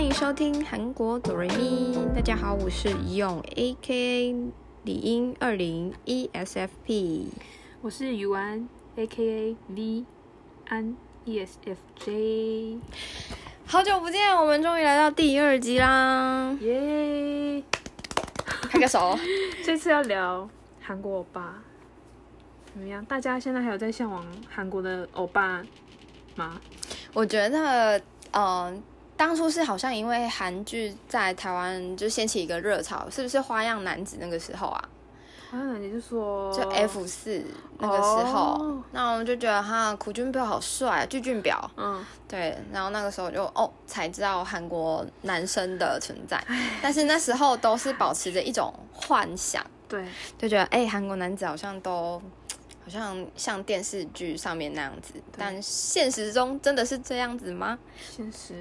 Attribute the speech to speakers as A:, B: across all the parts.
A: 迎收听韩国哆瑞咪。大家好，我是怡勇 A K A 李英二零 E S F P。
B: 我是于安，A.K.A. V 安 E E.S.F.J，
A: 好久不见，我们终于来到第二集啦！
B: 耶！
A: 拍个手。
B: 这次要聊韩国欧巴，怎么样？大家现在还有在向往韩国的欧巴吗？
A: 我觉得，嗯、当初是好像因为韩剧在台湾就掀起一个热潮，是不是《花样男子》那个时候啊？
B: 好像你就说
A: 就 F 四那个时候
B: 哦
A: 那我们就觉得哈，苦俊表好帅、啊，具俊表
B: 嗯，
A: 对，然后那个时候就哦才知道韩国男生的存在，但是那时候都是保持着一种幻想，
B: 对，
A: 就觉得哎，韩国男子好像都好像像电视剧上面那样子，但现实中真的是这样子吗？
B: 现实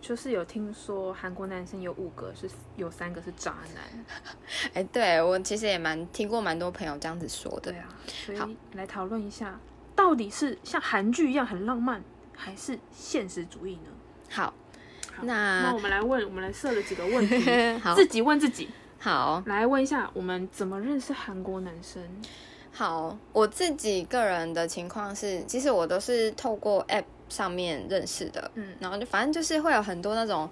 B: 就是有听说韩国男生有五个是有三个是渣男，
A: 哎，对我其实也蛮听过蛮多朋友这样子说的
B: 对，啊，所
A: 好
B: 以来讨论一下，到底是像韩剧一样很浪漫，还是现实主义呢？
A: 好，
B: 好那
A: 那
B: 我们来问，我们来设了几个问题，
A: 好
B: 自己问自己，
A: 好
B: 来问一下我们怎么认识韩国男生？
A: 好，我自己个人的情况是，其实我都是透过 App 上面认识的，
B: 嗯
A: 然后就反正就是会有很多那种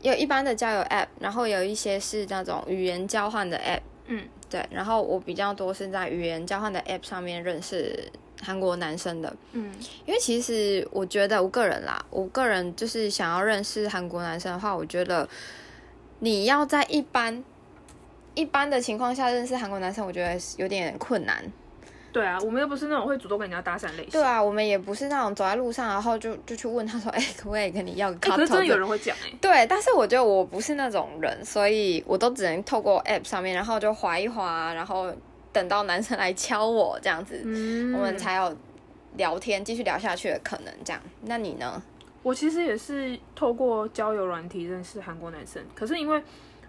A: 有一般的交友 App，然后有一些是那种语言交换的 App，
B: 嗯，
A: 对，然后我比较多是在语言交换的 App 上面认识韩国男生的，
B: 嗯
A: 因为其实我觉得我个人啦，我个人就是想要认识韩国男生的话，我觉得你要在一般一般的情况下认识韩国男生，我觉得有点困难。
B: 对啊，我们又不是那种会主动跟人家搭讪类型。
A: 对啊，我们也不是那种走在路上，然后就就去问他说，哎、可不可以跟你要个
B: 诶，
A: 卡
B: 可是
A: 头
B: 真的有人会讲哎、
A: 对，但是我觉得我不是那种人，所以我都只能透过 App 上面，然后就划一划，然后等到男生来敲我这样子，
B: 嗯
A: 我们才有聊天继续聊下去的可能。这样，那你呢？
B: 我其实也是透过交友软体认识韩国男生，可是因为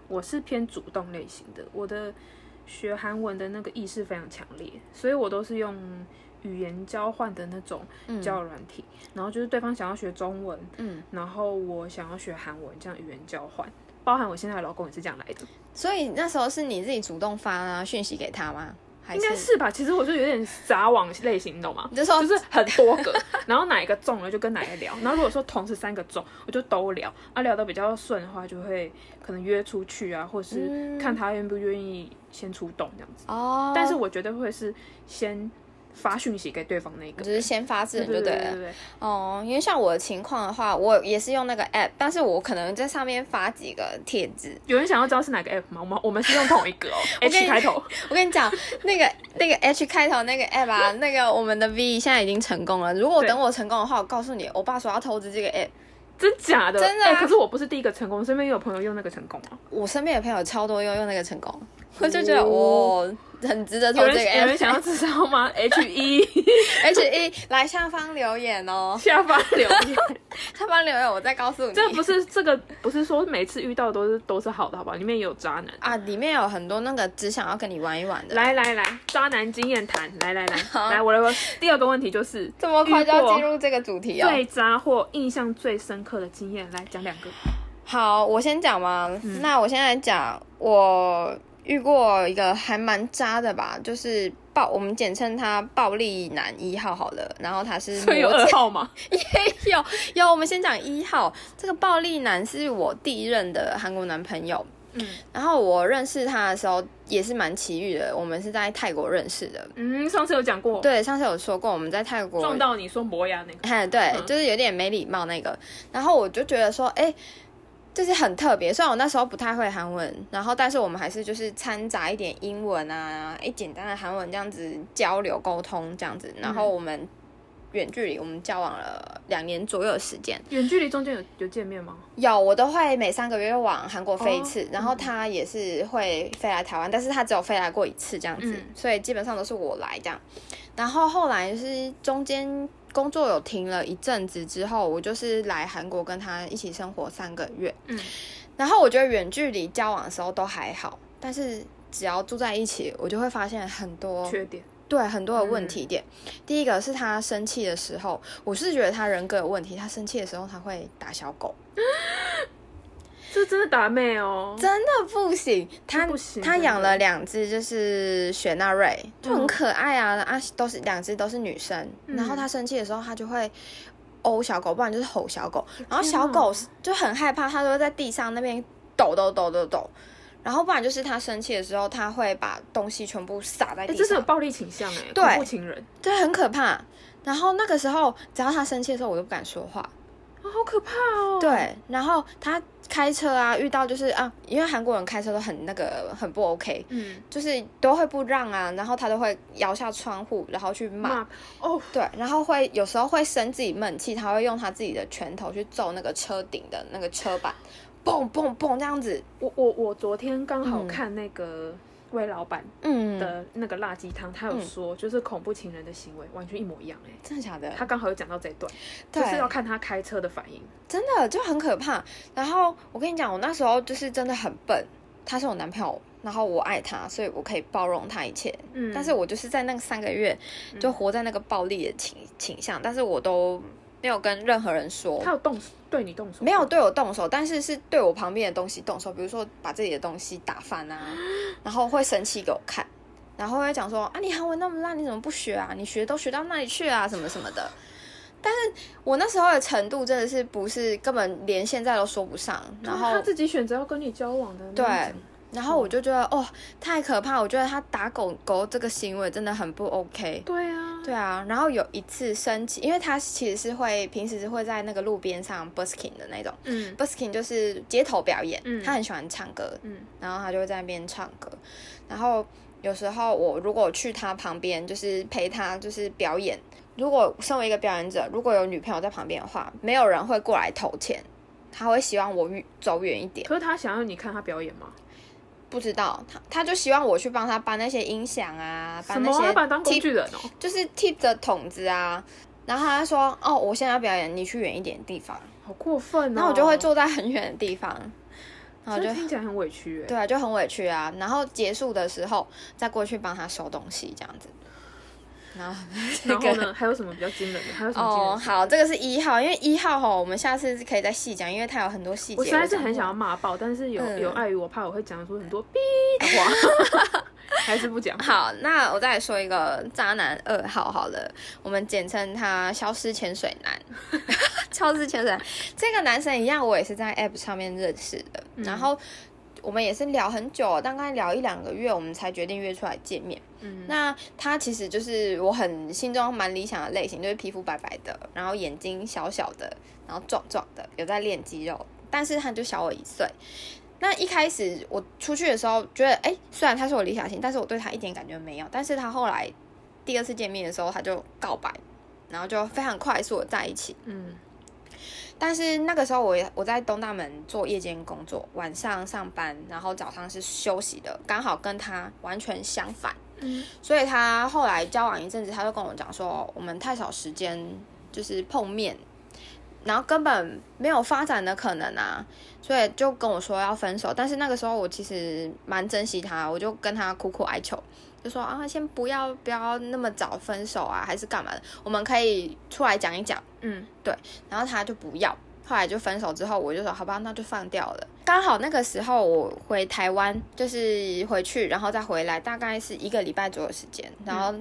B: 我是偏主动类型的，我的学韩文的那个意识非常强烈，所以我都是用语言交换的那种交友软体，然后就是对方想要学中文，
A: 嗯，
B: 然后我想要学韩文，这样语言交换。包含我现在的老公也是这样来的，
A: 所以那时候是你自己主动发啊讯息给他吗？还
B: 应
A: 是
B: 该是吧？其实我就有点撒网类型，你懂吗？
A: 你就说
B: 就是很多个，然后哪一个中了就跟哪一个聊，然后如果说同时三个中，我就都聊，啊聊得比较顺的话，就会可能约出去啊，或是
A: 嗯
B: 看他愿不愿意先出动这样子。
A: 哦，
B: 但是我绝对会是先发讯息给对方那个
A: 只，是先发制人就
B: 对
A: 对
B: 对
A: 了。
B: 对对，
A: 哦，因为像我的情况的话，我也是用那个 app，但是我可能在上面发几个帖子。
B: 有人想要知道是哪个 app 吗？我们我们是用同一 个哦，H 开头，
A: 我跟你讲，那个那个 H 开头那个 app 啊，那个我们的 V 现在已经成功了。如果
B: 对
A: 等我成功的话，我告诉你，我爸说要投资这个 app。
B: 真假的？
A: 真的啊
B: 哎可是我不是第一个成功，身边也有朋友用那个成功啊。
A: 我身边有朋友超多用用那个成功，我就觉得
B: 哦
A: 哦，很值得投
B: 嗯有
A: 这
B: 人
A: 个
B: 有人
A: app。
B: 想要知 道吗？H 一
A: H E 来下方留言哦，
B: 下方留言。
A: 下方留言我再告诉你。
B: 这不是这个不是说每次遇到都是都是好的，好吧？里面也有渣男。
A: 啊，里面有很多那个只想要跟你玩一玩的。
B: 来来来，渣男经验谈，来来来，来我来问第二个问题就是
A: 这么快就要
B: 遇
A: 进
B: 过
A: 入这个主题哦？
B: 最渣或印象最深刻的经验，来讲两个。
A: 好，我先讲嘛。
B: 嗯
A: 那我现在讲，我遇过一个还蛮渣的吧，就是暴，我们简称他暴力男一号好了。然后他 是
B: 所以有
A: 摩
B: 二
A: 羯
B: 号吗？
A: 有有，我们先讲一号。这个暴力男是我第一任的韩国男朋友。
B: 嗯
A: 然后我认识他的时候也是蛮奇遇的，我们是在泰国认识的。
B: 嗯，上次有讲过，
A: 对，上次有说过我们在泰国
B: 撞到你说磨牙那个，嗯
A: 哎，对，就是有点没礼貌那个。然后我就觉得说，哎，就是很特别。虽然我那时候不太会韩文，然后但是我们还是就是掺杂一点英文啊，哎，简单的韩文这样子交流沟通这样子。然
B: 嗯
A: 后我们远距离，我们交往了两年左右的时间。
B: 远距离中间有有见面吗？
A: 有，我都会每三个月往韩国飞一次，
B: 哦
A: 然后他也是会飞来台湾，但是他只有飞来过一次这样子，
B: 嗯
A: 所以基本上都是我来这样。然后后来就是中间工作有停了一阵子之后，我就是来韩国跟他一起生活三个月。
B: 嗯，
A: 然后我觉得远距离交往的时候都还好，但是只要住在一起，我就会发现很多
B: 缺点，
A: 对很多的问题点。第一个是他生气的时候，我是觉得他人格有问题，他生气的时候他会打小狗。
B: 这真的打妹哦，
A: 真的不行。他
B: 不行
A: 他
B: 真的
A: 养了两只，就是雪纳瑞，就很可爱啊、
B: 嗯
A: 啊，都是两只都是女生。然后他生气的时候，他就会。殴小狗，不然就是吼小狗，然后小狗是就很害怕，它都会在地上那边抖抖抖抖抖，然后不然就是它生气的时候，它会把东西全部撒在
B: 哎，
A: 地
B: 这是
A: 上，
B: 有暴力倾向哎，
A: 对
B: 恐怖情人
A: 这很可怕。然后那个时候，只要它生气的时候，我都不敢说话，
B: 啊，好可怕哦。，
A: 对，然后他开车啊，遇到就是啊，因为韩国人开车都很那个很不 OK，
B: 嗯，
A: 就是都会不让啊，然后他都会摇下窗户，然后去骂，
B: 骂哦，
A: 对，然后会有时候会生自己闷气，他会用他自己的拳头去揍那个车顶的那个车板，嘣嘣嘣这样子，
B: 我我我昨天刚好
A: 嗯
B: 看那个魏老板
A: 嗯，
B: 的那个辣鸡汤，他有说就是恐怖情人的行为完全一模一样哎，
A: 真的假的？
B: 他刚好有讲到这一段，就
A: 对
B: 是要看他开车的反应。
A: 真的就很可怕。然后我跟你讲，我那时候就是真的很笨，他是我男朋友，然后我爱他，所以我可以包容他一切。
B: 嗯
A: 但是我就是在那三个月就活在那个暴力的倾倾向，但是我都没有跟任何人说
B: 他，有动手对啊你动手吗，
A: 没有对我动手，但是是对我旁边的东西动手，比如说把自己的东西打翻啊，然后会生气给我看。然后会讲说啊，你韩文那么烂，你怎么不学啊？你学都学到那里去啊，什么什么的。但是我那时候的程度真的是不是根本连现在都说不上。然后
B: 啊他自己选择要跟你交往的那
A: 对
B: 种，
A: 然后我就觉得哦，太可怕！我觉得他打狗狗这个行为真的很不 OK。
B: 对啊，
A: 对啊，然后有一次生气，因为他其实是会平时是会在那个路边上 busking 的那种
B: 嗯
A: ，busking 就是街头表演，
B: 嗯
A: 他很喜欢唱歌，
B: 嗯
A: 然后他就会在那边唱歌，然后有时候我如果去他旁边，就是陪他就是表演，如果身为一个表演者，如果有女朋友在旁边的话，没有人会过来投钱，他会希望我远走远一点。
B: 可是他想要你看他表演吗？
A: 不知道他，他就希望我去帮他搬那些音响啊，
B: 什
A: 搬那
B: 么啊？
A: 些
B: 他把你当工
A: T
B: 具人哦？
A: 就是 tip 的筒子啊。然后他说：“哦，我现在要表演，你去远一点的地方。
B: 好过分哦！”
A: 然后我就会，坐在很远的地方，然后
B: 这
A: 就
B: 听起来很委屈哎。
A: 对啊，就很委屈啊。然后结束的时候再过去帮他收东西，这样子。然后这
B: 然
A: 个
B: 后呢，还有什么比较惊人的？还有什么惊人
A: 哦，
B: 的？
A: 好，这个是一号，因为一号吼，我们下次是可以再细讲，因为它有很多细节。
B: 我实在是
A: 讲
B: 很
A: 不
B: 想
A: 完
B: 要骂爆，但是有
A: 嗯
B: 有碍于我怕我会讲出很多哔的 话，还是不讲。
A: 好，那我再来说一个渣男二号好了，我们简称他消失潜水 男。消失潜水男这个男生一样，我也是在 App 上面认识的，
B: 嗯
A: 然后我们也是聊很久，大概聊一两个月，我们才决定约出来见面。
B: 嗯
A: 那他其实就是我很心中蛮理想的类型，就是皮肤白白的，然后眼睛小小的，然后壮壮的，有在练肌肉，但是他就小我一岁。那一开始我出去的时候，觉得哎、诶虽然他是我理想型，但是我对他一点感觉没有。但是他后来第二次见面的时候，他就告白，然后就非常快速的在一起。
B: 嗯，
A: 但是那个时候我也我在东大门做夜间工作，晚上上班，然后早上是休息的，刚好跟他完全相反。
B: 嗯，
A: 所以他后来交往一阵子，他就跟我讲说，我们太少时间就是碰面，然后根本没有发展的可能啊，所以就跟我说要分手。但是那个时候我其实蛮珍惜他，我就跟他苦苦哀求，就说啊，先不要不要那么早分手啊，还是干嘛的，我们可以出来讲一讲。
B: 嗯，
A: 然后他就不要，后来就分手之后，我就说好吧，那就放掉了。刚好那个时候我回台湾，就是回去然后再回来，大概是一个礼拜左右时间。然后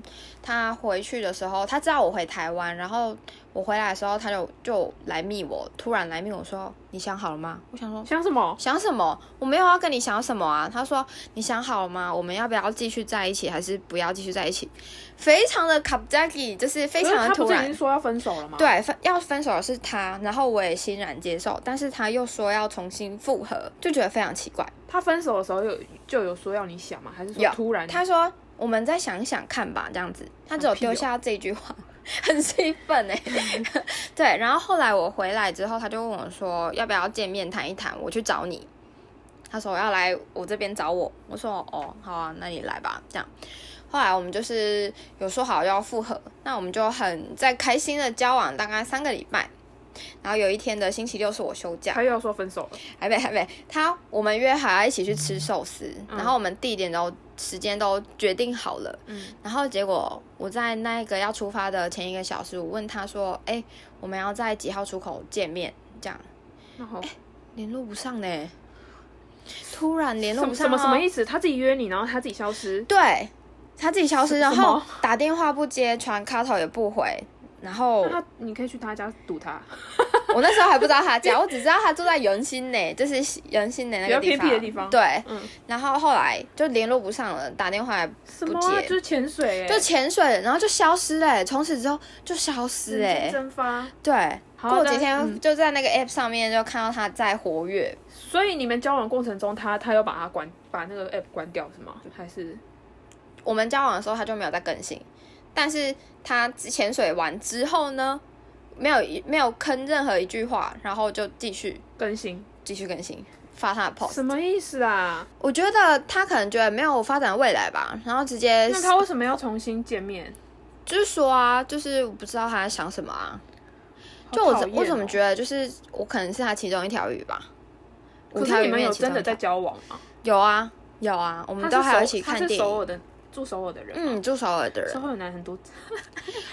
A: 他回去的时候，他知道我回台湾，然后我回来的时候，他就就来密我，突然来密我说你想好了吗？我想说。
B: 像什么？
A: 想什么？我没有要跟你想什么啊。他说：“你想好了吗？我们要不要继续在一起，还是不要继续在一起？”非常的 k a b a k i 就是非
B: 可
A: 常的
B: 是呃他
A: 突
B: 不是已
A: 然
B: 经。说要分手了吗？，
A: 对，分要分手的是他，然后我也欣然接受，但是他又说要重新复合，就觉得非常奇怪。
B: 他分手的时候有就有说要你想吗？还是说
A: 有
B: 突然
A: 他说我们再想一想看吧，这样子，他只有
B: 好屁哦
A: 丢下这句话，很气愤哎。 对，然后后来我回来之后，他就问我说要不要见面谈一谈，我去找你。他说要来我这边找我，我说哦好啊，那你来吧，这样。后来我们就是有说好要复合，那我们就很在开心的交往大概三个礼拜，然后有一天的星期六是我休假，
B: 他又要说分手了？
A: 还没还没，哎他我们约好要一起去吃寿司，
B: 嗯
A: 然后我们地点都时间都决定好了，
B: 嗯
A: 然后结果我在那个要出发的前一个小时，我问他说：“哎、我们要在几号出口见面？”这样
B: 然后
A: 联络不上呢，突然联络
B: 什
A: 不
B: 么什
A: 上、
B: 么
A: 哦，
B: 什么意思？他自己约你，然后他自己消失，
A: 对，他自己消失，
B: 什
A: 然
B: 么
A: 后打电话不接，传卡头也不回，然后
B: 那他你可以去他家堵他，
A: 我那时候还不知道他家，我只知道他住在圆心呢，就是圆心的那个
B: 比较偏僻的地方
A: 对，
B: 嗯，
A: 然后后来就联络不上了，打电话也
B: 什
A: 不
B: 么啊、
A: 接
B: 就是潜水、欸，
A: 就潜水，然后就消失了，欸从此之后就消失
B: 人间
A: 哎。
B: 蒸发。
A: 对，
B: 好
A: 过
B: 但
A: 几
B: 嗯
A: 天就在那个 app 上面就看到他在活跃，
B: 所以你们交往过程中，他他又把他关，把那个 app 关掉是吗？还是
A: 我们交往的时候他就没有再更新，但是他潜水完之后呢，没有一没有坑任何一句话，然后就继续
B: 更新？
A: 继续更新，发他的 post。
B: 什么意思啊？
A: 我觉得他可能觉得没有发展未来吧，然后直接
B: 那他为什么要重新见面？
A: 就是说啊，就是我不知道他在想什么啊。就我
B: 好讨
A: 怎
B: 厌哦
A: 我怎么觉得就是我可能是他其中一条鱼吧，五
B: 可
A: 条
B: 是
A: 鱼
B: 你
A: 里
B: 们
A: 面
B: 有
A: 其中
B: 真的
A: 一条
B: 在交往吗？
A: 有啊有啊，我
B: 我
A: 们都还有一起
B: 他
A: 看
B: 是
A: 电
B: 首尔
A: 影。
B: 的，住首尔的人吗。
A: 嗯，住首尔的人
B: 首，尔男很多，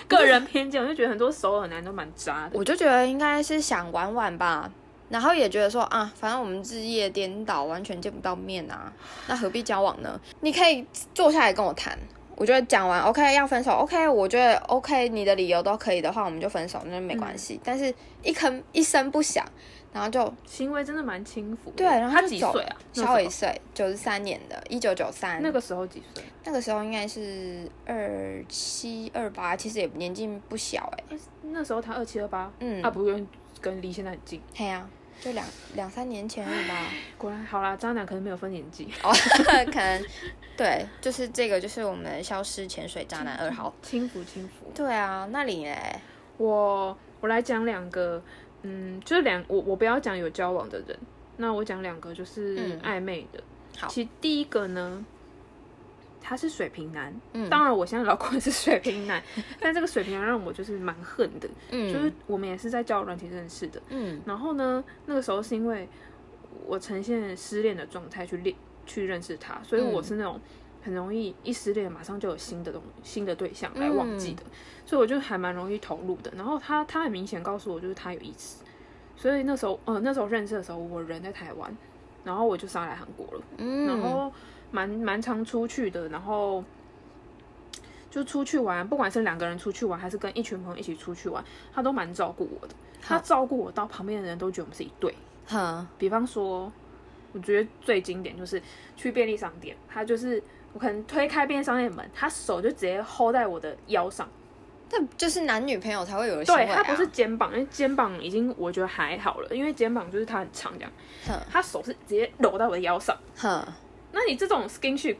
B: 个人偏见，我就觉得很多首尔男都蛮渣的。
A: 我就觉得应该是想玩玩吧，然后也觉得说啊，反正我们日夜颠倒，完全见不到面啊，那何必交往呢？你可以坐下来跟我谈。我觉得讲完 OK 要分手 OK，我觉得 OK 你的理由都可以的话，我们就分手，那没
B: 嗯
A: 关系。但是一吭一声不响，然后就
B: 行为真的蛮轻浮的。
A: 对然后
B: 他
A: 就
B: 几
A: 走
B: 岁啊？那
A: 小我
B: 时
A: 一
B: 候
A: 岁，九十三年的，一九九三。
B: 那个时候几岁？
A: 那个时候应该是二七二八，其实也年纪不小哎、
B: 那时候他二七二八，啊
A: 嗯，
B: 他不愿跟离现在很近。
A: 嘿呀、就两两三年前而已 吧。
B: 果然好啦，渣男可能没有分年纪。
A: 哦，可能对，就是这个，就是我们的消失潜水渣男二号。
B: 轻浮轻浮。
A: 对啊，那你嘞？
B: 我我来讲两个，嗯，就是两我我不要讲有交往的人，那我讲两个就是
A: 嗯
B: 暧昧的。
A: 好
B: 其实第一个呢，他是水瓶男，
A: 嗯
B: 当然我现在老公也是水瓶男，但这个水瓶男让我就是蛮恨的，
A: 嗯，
B: 就是我们也是在交友软体认识的，
A: 嗯
B: 然后呢，那个时候是因为我呈现失恋的状态去恋去认识他，所以我是那种很容易一失恋马上就有新的东新的对象来忘记的，所以我就还蛮容易投入的。然后他他很明显告诉我，就是他有意思，所以那时候呃那时候认识的时候，我人在台湾，然后我就杀来韩国了，
A: 嗯，
B: 然后蛮蛮常出去的，然后。就出去玩，不管是两个人出去玩，还是跟一群朋友一起出去玩，他都蛮照顾我的。他
A: 好，
B: 照顾我到旁边的人都觉得我们是一对。
A: 哼，
B: 比方说，我觉得最经典就是去便利商店，他就是我可能推开便利商店门，他手就直接 hold 在我的腰上，
A: 那就是男女朋友才会有的行为
B: 对
A: 啊。
B: 他不是肩膀，因为肩膀已经我觉得还好了，因为肩膀就是他很长这样，
A: 哼
B: 他手是直接搂到我的腰上。
A: 哼，
B: 那你这种 skinship，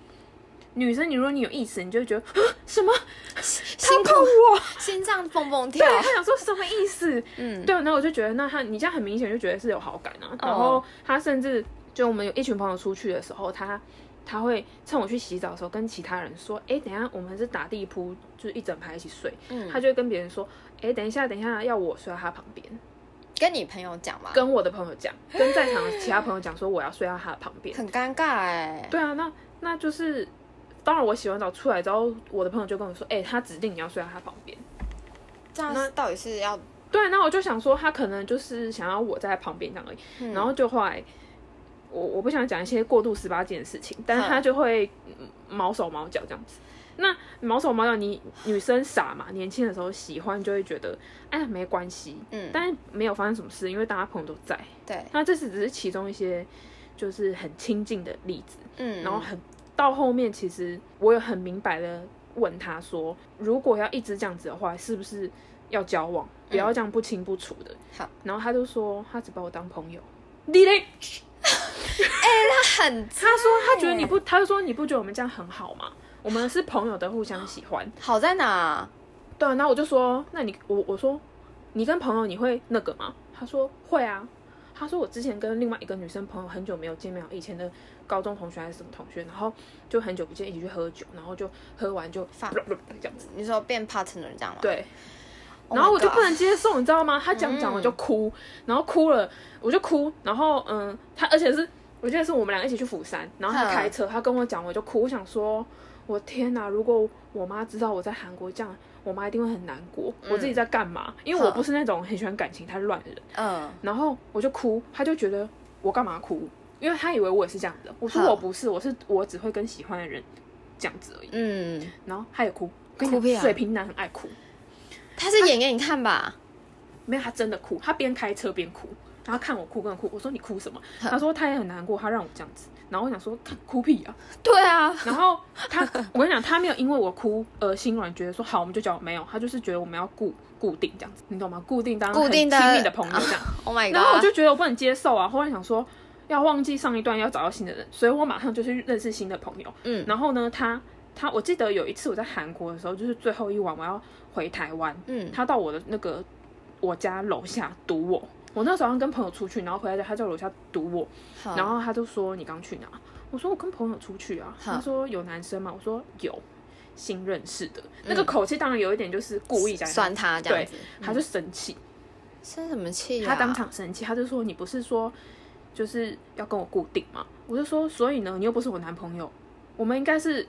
B: 女生你如果你有意思，你就会觉得 啊什么
A: 心
B: 碰
A: 痛，
B: 我，
A: 心脏蹦蹦跳
B: 对，。他想说什么意思？
A: 嗯，
B: 对，那我就觉得，那他你这样很明显就觉得是有好感啊。然后
A: 哦
B: 他甚至就我们有一群朋友出去的时候，他他会趁我去洗澡的时候跟其他人说，哎，等一下我们是打地铺，就是一整排一起睡。
A: 嗯
B: 他就会跟别人说，哎，等一下，等一下要我睡到他旁边，
A: 跟你朋友讲嘛，
B: 跟我的朋友讲，跟在场的其他朋友讲说我要睡到他的旁边。
A: 很尴尬哎、
B: 对啊，那那就是。当然，我洗完澡出来之后，我的朋友就跟我说：“哎、他指定你要睡在他旁边。
A: 这样
B: 那
A: 是到底是要”
B: 对，那我就想说，他可能就是想要我在他旁边这样而已。
A: 嗯
B: 然后就后来，我我不想讲一些过度十八禁的事情，但是
A: 嗯
B: 他就会嗯毛手毛脚这样子。那毛手毛脚你，女生傻嘛，年轻的时候喜欢就会觉得，哎呀没关系，
A: 嗯，
B: 但是没有发生什么事，因为大家朋友都在。
A: 对，
B: 那这是只是其中一些，就是很亲近的例子。
A: 嗯，
B: 然后很到后面，其实我有很明白的问他说，如果要一直这样子的话，是不是要交往？不要这样不清不楚的。
A: 好，
B: 然后他就说他只把我当朋友。你嘞？
A: 他很
B: 他说他觉得你
A: 哎
B: 不，他就说你不觉得我们这样很好吗？我们是朋友的，互相喜欢。
A: 好在哪？
B: 对啊，然后我就说，那你我我说你跟朋友你会那个吗？他说会啊。他说我之前跟另外一个女生朋友很久没有见面，以前的高中同学还是什么同学，然后就很久不见，一起去喝酒，然后就喝完就
A: 放
B: 这样子。
A: 你说变 partner 这样吗？
B: 对，
A: Oh my 嗯
B: 然后我就
A: God
B: 不能接受，你知道吗？他讲讲我就哭，然后哭了我就哭，然后嗯，他而且是我记得是我们俩一起去釜山，然后他
A: 哼
B: 开车，他跟我讲我就哭，我想说，我天哪！如果我妈知道我在韩国这样，我妈一定会很难过，我自
A: 嗯
B: 己在干嘛？因为我
A: 哼
B: 不是那种很喜欢感情太乱的人，
A: 嗯，
B: 然后我就哭，他就觉得我干嘛哭？因为他以为我也是这样的，我说
A: 好
B: 我不是，我是我只会跟喜欢的人这样子而已。
A: 嗯，
B: 然后他也哭，跟你
A: 哭
B: 讲
A: 屁啊
B: 水瓶男很爱哭，
A: 他是演给你看吧？
B: 没有他真的哭，他边开车边哭，然后看我哭跟哭，我说你哭什么？他说他也很难过，他让我这样子。然后我想说，看哭屁啊！
A: 对啊，
B: 然后他， 我跟你讲，他没有因为我哭而心软，觉得说好我们就交没有，他就是觉得我们要固固定这样子，你懂吗？固定当
A: 固
B: 很
A: 定
B: 亲
A: 的
B: 密的朋友 这样。
A: Oh my god！
B: 然后我就觉得我不能接受啊，后来想说要忘记上一段，要找到新的人，所以我马上就去认识新的朋友。
A: 嗯
B: 然后呢，他他我记得有一次我在韩国的时候，就是最后一晚我要回台湾，
A: 嗯，
B: 他到我的那个我家楼下堵我。我那时候好像跟朋友出去，然后回来他在楼下堵我，
A: 好，
B: 然后他就说你刚去哪？我说我跟朋友出去啊。
A: 好
B: 他说有男生吗？我说有，新认识的。那个口气当然有一点就是故意讲，
A: 嗯酸他这样子，嗯
B: 他就生气。
A: 生什么气啊？
B: 他当场生气，他就说：“你不是说就是要跟我固定吗？”我就说：“所以呢，你又不是我男朋友，我们应该是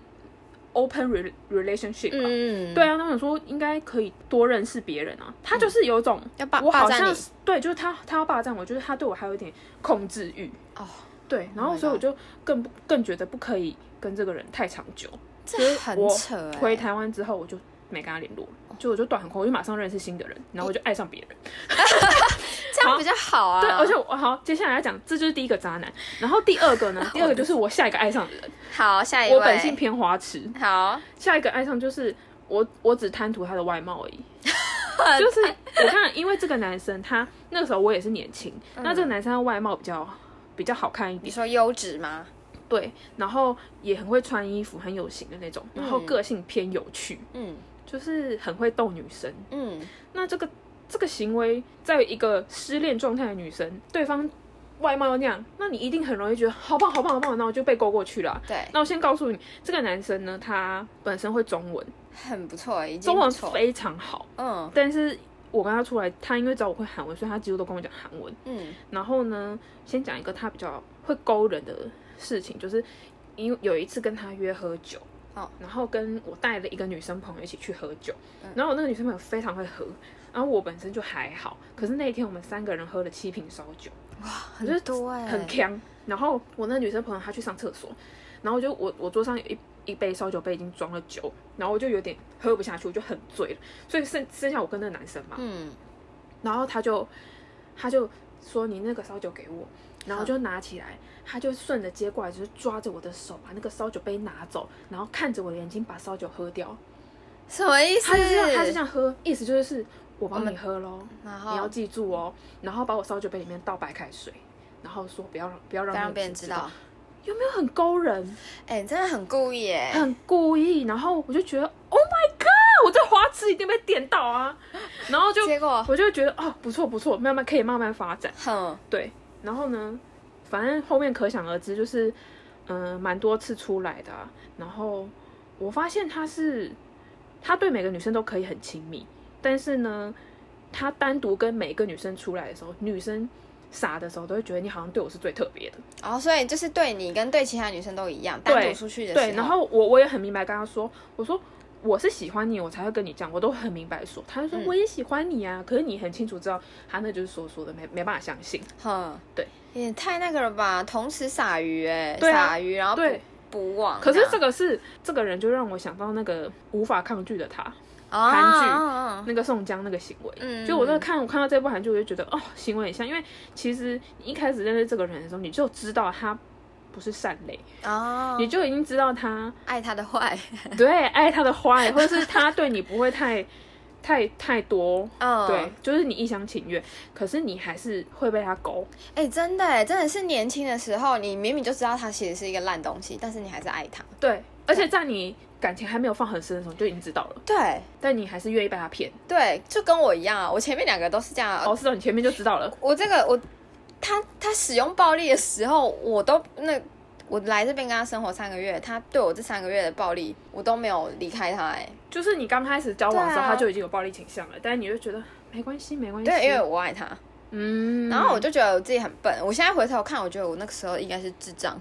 B: open re- relationship 吧？”
A: 嗯，
B: 对啊，那我想说应该可以多认识别人啊。他就是有一种、
A: 要霸
B: 我好
A: 霸占
B: 像
A: 你
B: 是对，就是他他要霸占我，就是他对我还有一点控制欲。
A: 哦，
B: 对，然
A: Oh
B: 后
A: my
B: 所以我就更不更觉得不可以跟这个人太长久。
A: 这很
B: 我
A: 扯哎、
B: 回台湾之后，我就没跟他联络了，就我就断很空，我就马上认识新的人，然后我就爱上别人。
A: 这样比较好啊。
B: 对，而且我好，接下来要讲，这就是第一个渣男。然后第二个 呢，第二个就是我下一个爱上的人，
A: 好，下一位，
B: 我本性偏花痴，
A: 好，
B: 下一个爱上就是我，我只贪图他的外貌而 已。就是我看，因为这个男生他那个时候我也是年轻，
A: 嗯
B: 那这个男生他外貌比较比较好看一
A: 你
B: 点，
A: 说优质吗？
B: 对，然后也很会穿衣服，很有型的那种，然后个性偏有趣，
A: 嗯
B: 就是很会逗女生。
A: 嗯，
B: 那这个这个行为，在一个失恋状态的女生，对方外貌又那样，那你一定很容易觉得好棒好棒好棒，然后就被勾过去了啊。
A: 对，
B: 那我先告诉你，这个男生呢，他本身会中文，
A: 很不错，已经
B: 中
A: 不
B: 文
A: 错。
B: 非常好，
A: 嗯
B: 但是我跟他出来，他因为知道我会韩文，所以他几乎都跟我讲韩文。
A: 嗯
B: 然后呢，先讲一个他比较会勾人的事情，就是因为有一次跟他约喝酒，
A: 哦，
B: 然后跟我带了一个女生朋友一起去喝酒，
A: 嗯
B: 然后我那个女生朋友非常会喝，然后我本身就还好，可是那一天我们三个人喝了七瓶烧酒，我觉得
A: 很多哎、
B: 很呛。然后我那女生朋友她去上厕所，然后我就我我桌上有一一杯烧酒杯已经装了酒，然后我就有点喝不下去，我就很醉了，所以剩剩下我跟那个男生嘛，
A: 嗯，
B: 然后他就他就说你那个烧酒给我，然后
A: 好
B: 就拿起来，他就顺着接过来，就是抓着我的手把那个烧酒杯拿走，然后看着我的眼睛把烧酒喝掉，
A: 什么意思？
B: 他就这样他就这样喝，意思就是我帮
A: 们
B: 你喝喽，
A: 然
B: 你要
A: 后
B: 记住哦，然后把我烧酒杯里面倒白开水，然后说不要让不要
A: 不
B: 让
A: 要让
B: 那个
A: 别人
B: 人
A: 知道，，
B: 有没有很勾人，
A: 哎、你真的很故意哎、
B: 很故意，然后我就觉得 Oh my God，我这花痴一定被电到啊，然后就
A: 结果
B: 我就觉得哦不错不错，慢慢可以慢慢发展。
A: 哼，
B: 对，然后呢，反正后面可想而知，就是嗯，呃蛮、多次出来的啊、然后我发现他是，他对每个女生都可以很亲密，但是呢，他单独跟每一个女生出来的时候，女生傻的时候都会觉得你好像对我是最特别的。
A: 然、哦后所以就是对你跟对其他女生都一样，单独出去的时候，
B: 对，然后我我也很明白跟他说，我说。我是喜欢你，我才会跟你讲，我都很明白说。他就说
A: 嗯
B: 我也喜欢你啊，可是你很清楚知道，他那就是说说的，没没办法相信。
A: 哼，
B: 对，
A: 也太那个了吧，同时撒鱼哎、
B: 对啊
A: 撒鱼然后不
B: 对
A: 不忘，
B: 可是这
A: 个
B: 个是这个人就让我想到那个无法抗拒的他，
A: 韩
B: 韩剧
A: 剧，
B: 那个宋江那个行为。
A: 啊嗯
B: 就我在看我看到这部韩剧，我就觉得哦，行为很像，因为其实你一开始认识这个人的时候，你就知道他不是善类，
A: 哦，
B: 你就已经知道他
A: 爱他的坏，
B: 对爱他的坏，或者是他对你不会太太太多。
A: 嗯，
B: 对，就是你一厢情愿，可是你还是会被他勾。
A: 哎、真的哎，真的是年轻的时候，你明明就知道他其实是一个烂东西，但是你还是爱他。
B: 对，而且在你感情还没有放很深的时候，你就已经知道了，
A: 对
B: 但你还是愿意被他骗。
A: 对，就跟我一样啊，我前面两个都是这样啊。
B: 哦，是哦，你前面就知道了。
A: 我这个我他他使用暴力的时候，我都那我来这边跟他生活三个月，他对我这三个月的暴力，我都没有离开他哎。
B: 就是你刚开始交往的时候，
A: 对啊
B: 他就已经有暴力倾向了，但是你就觉得没关系，没关系。
A: 对，因为我爱他。
B: 嗯，
A: 然后我就觉得我自己很笨，我现在回头看，我觉得我那个时候应该是智 障，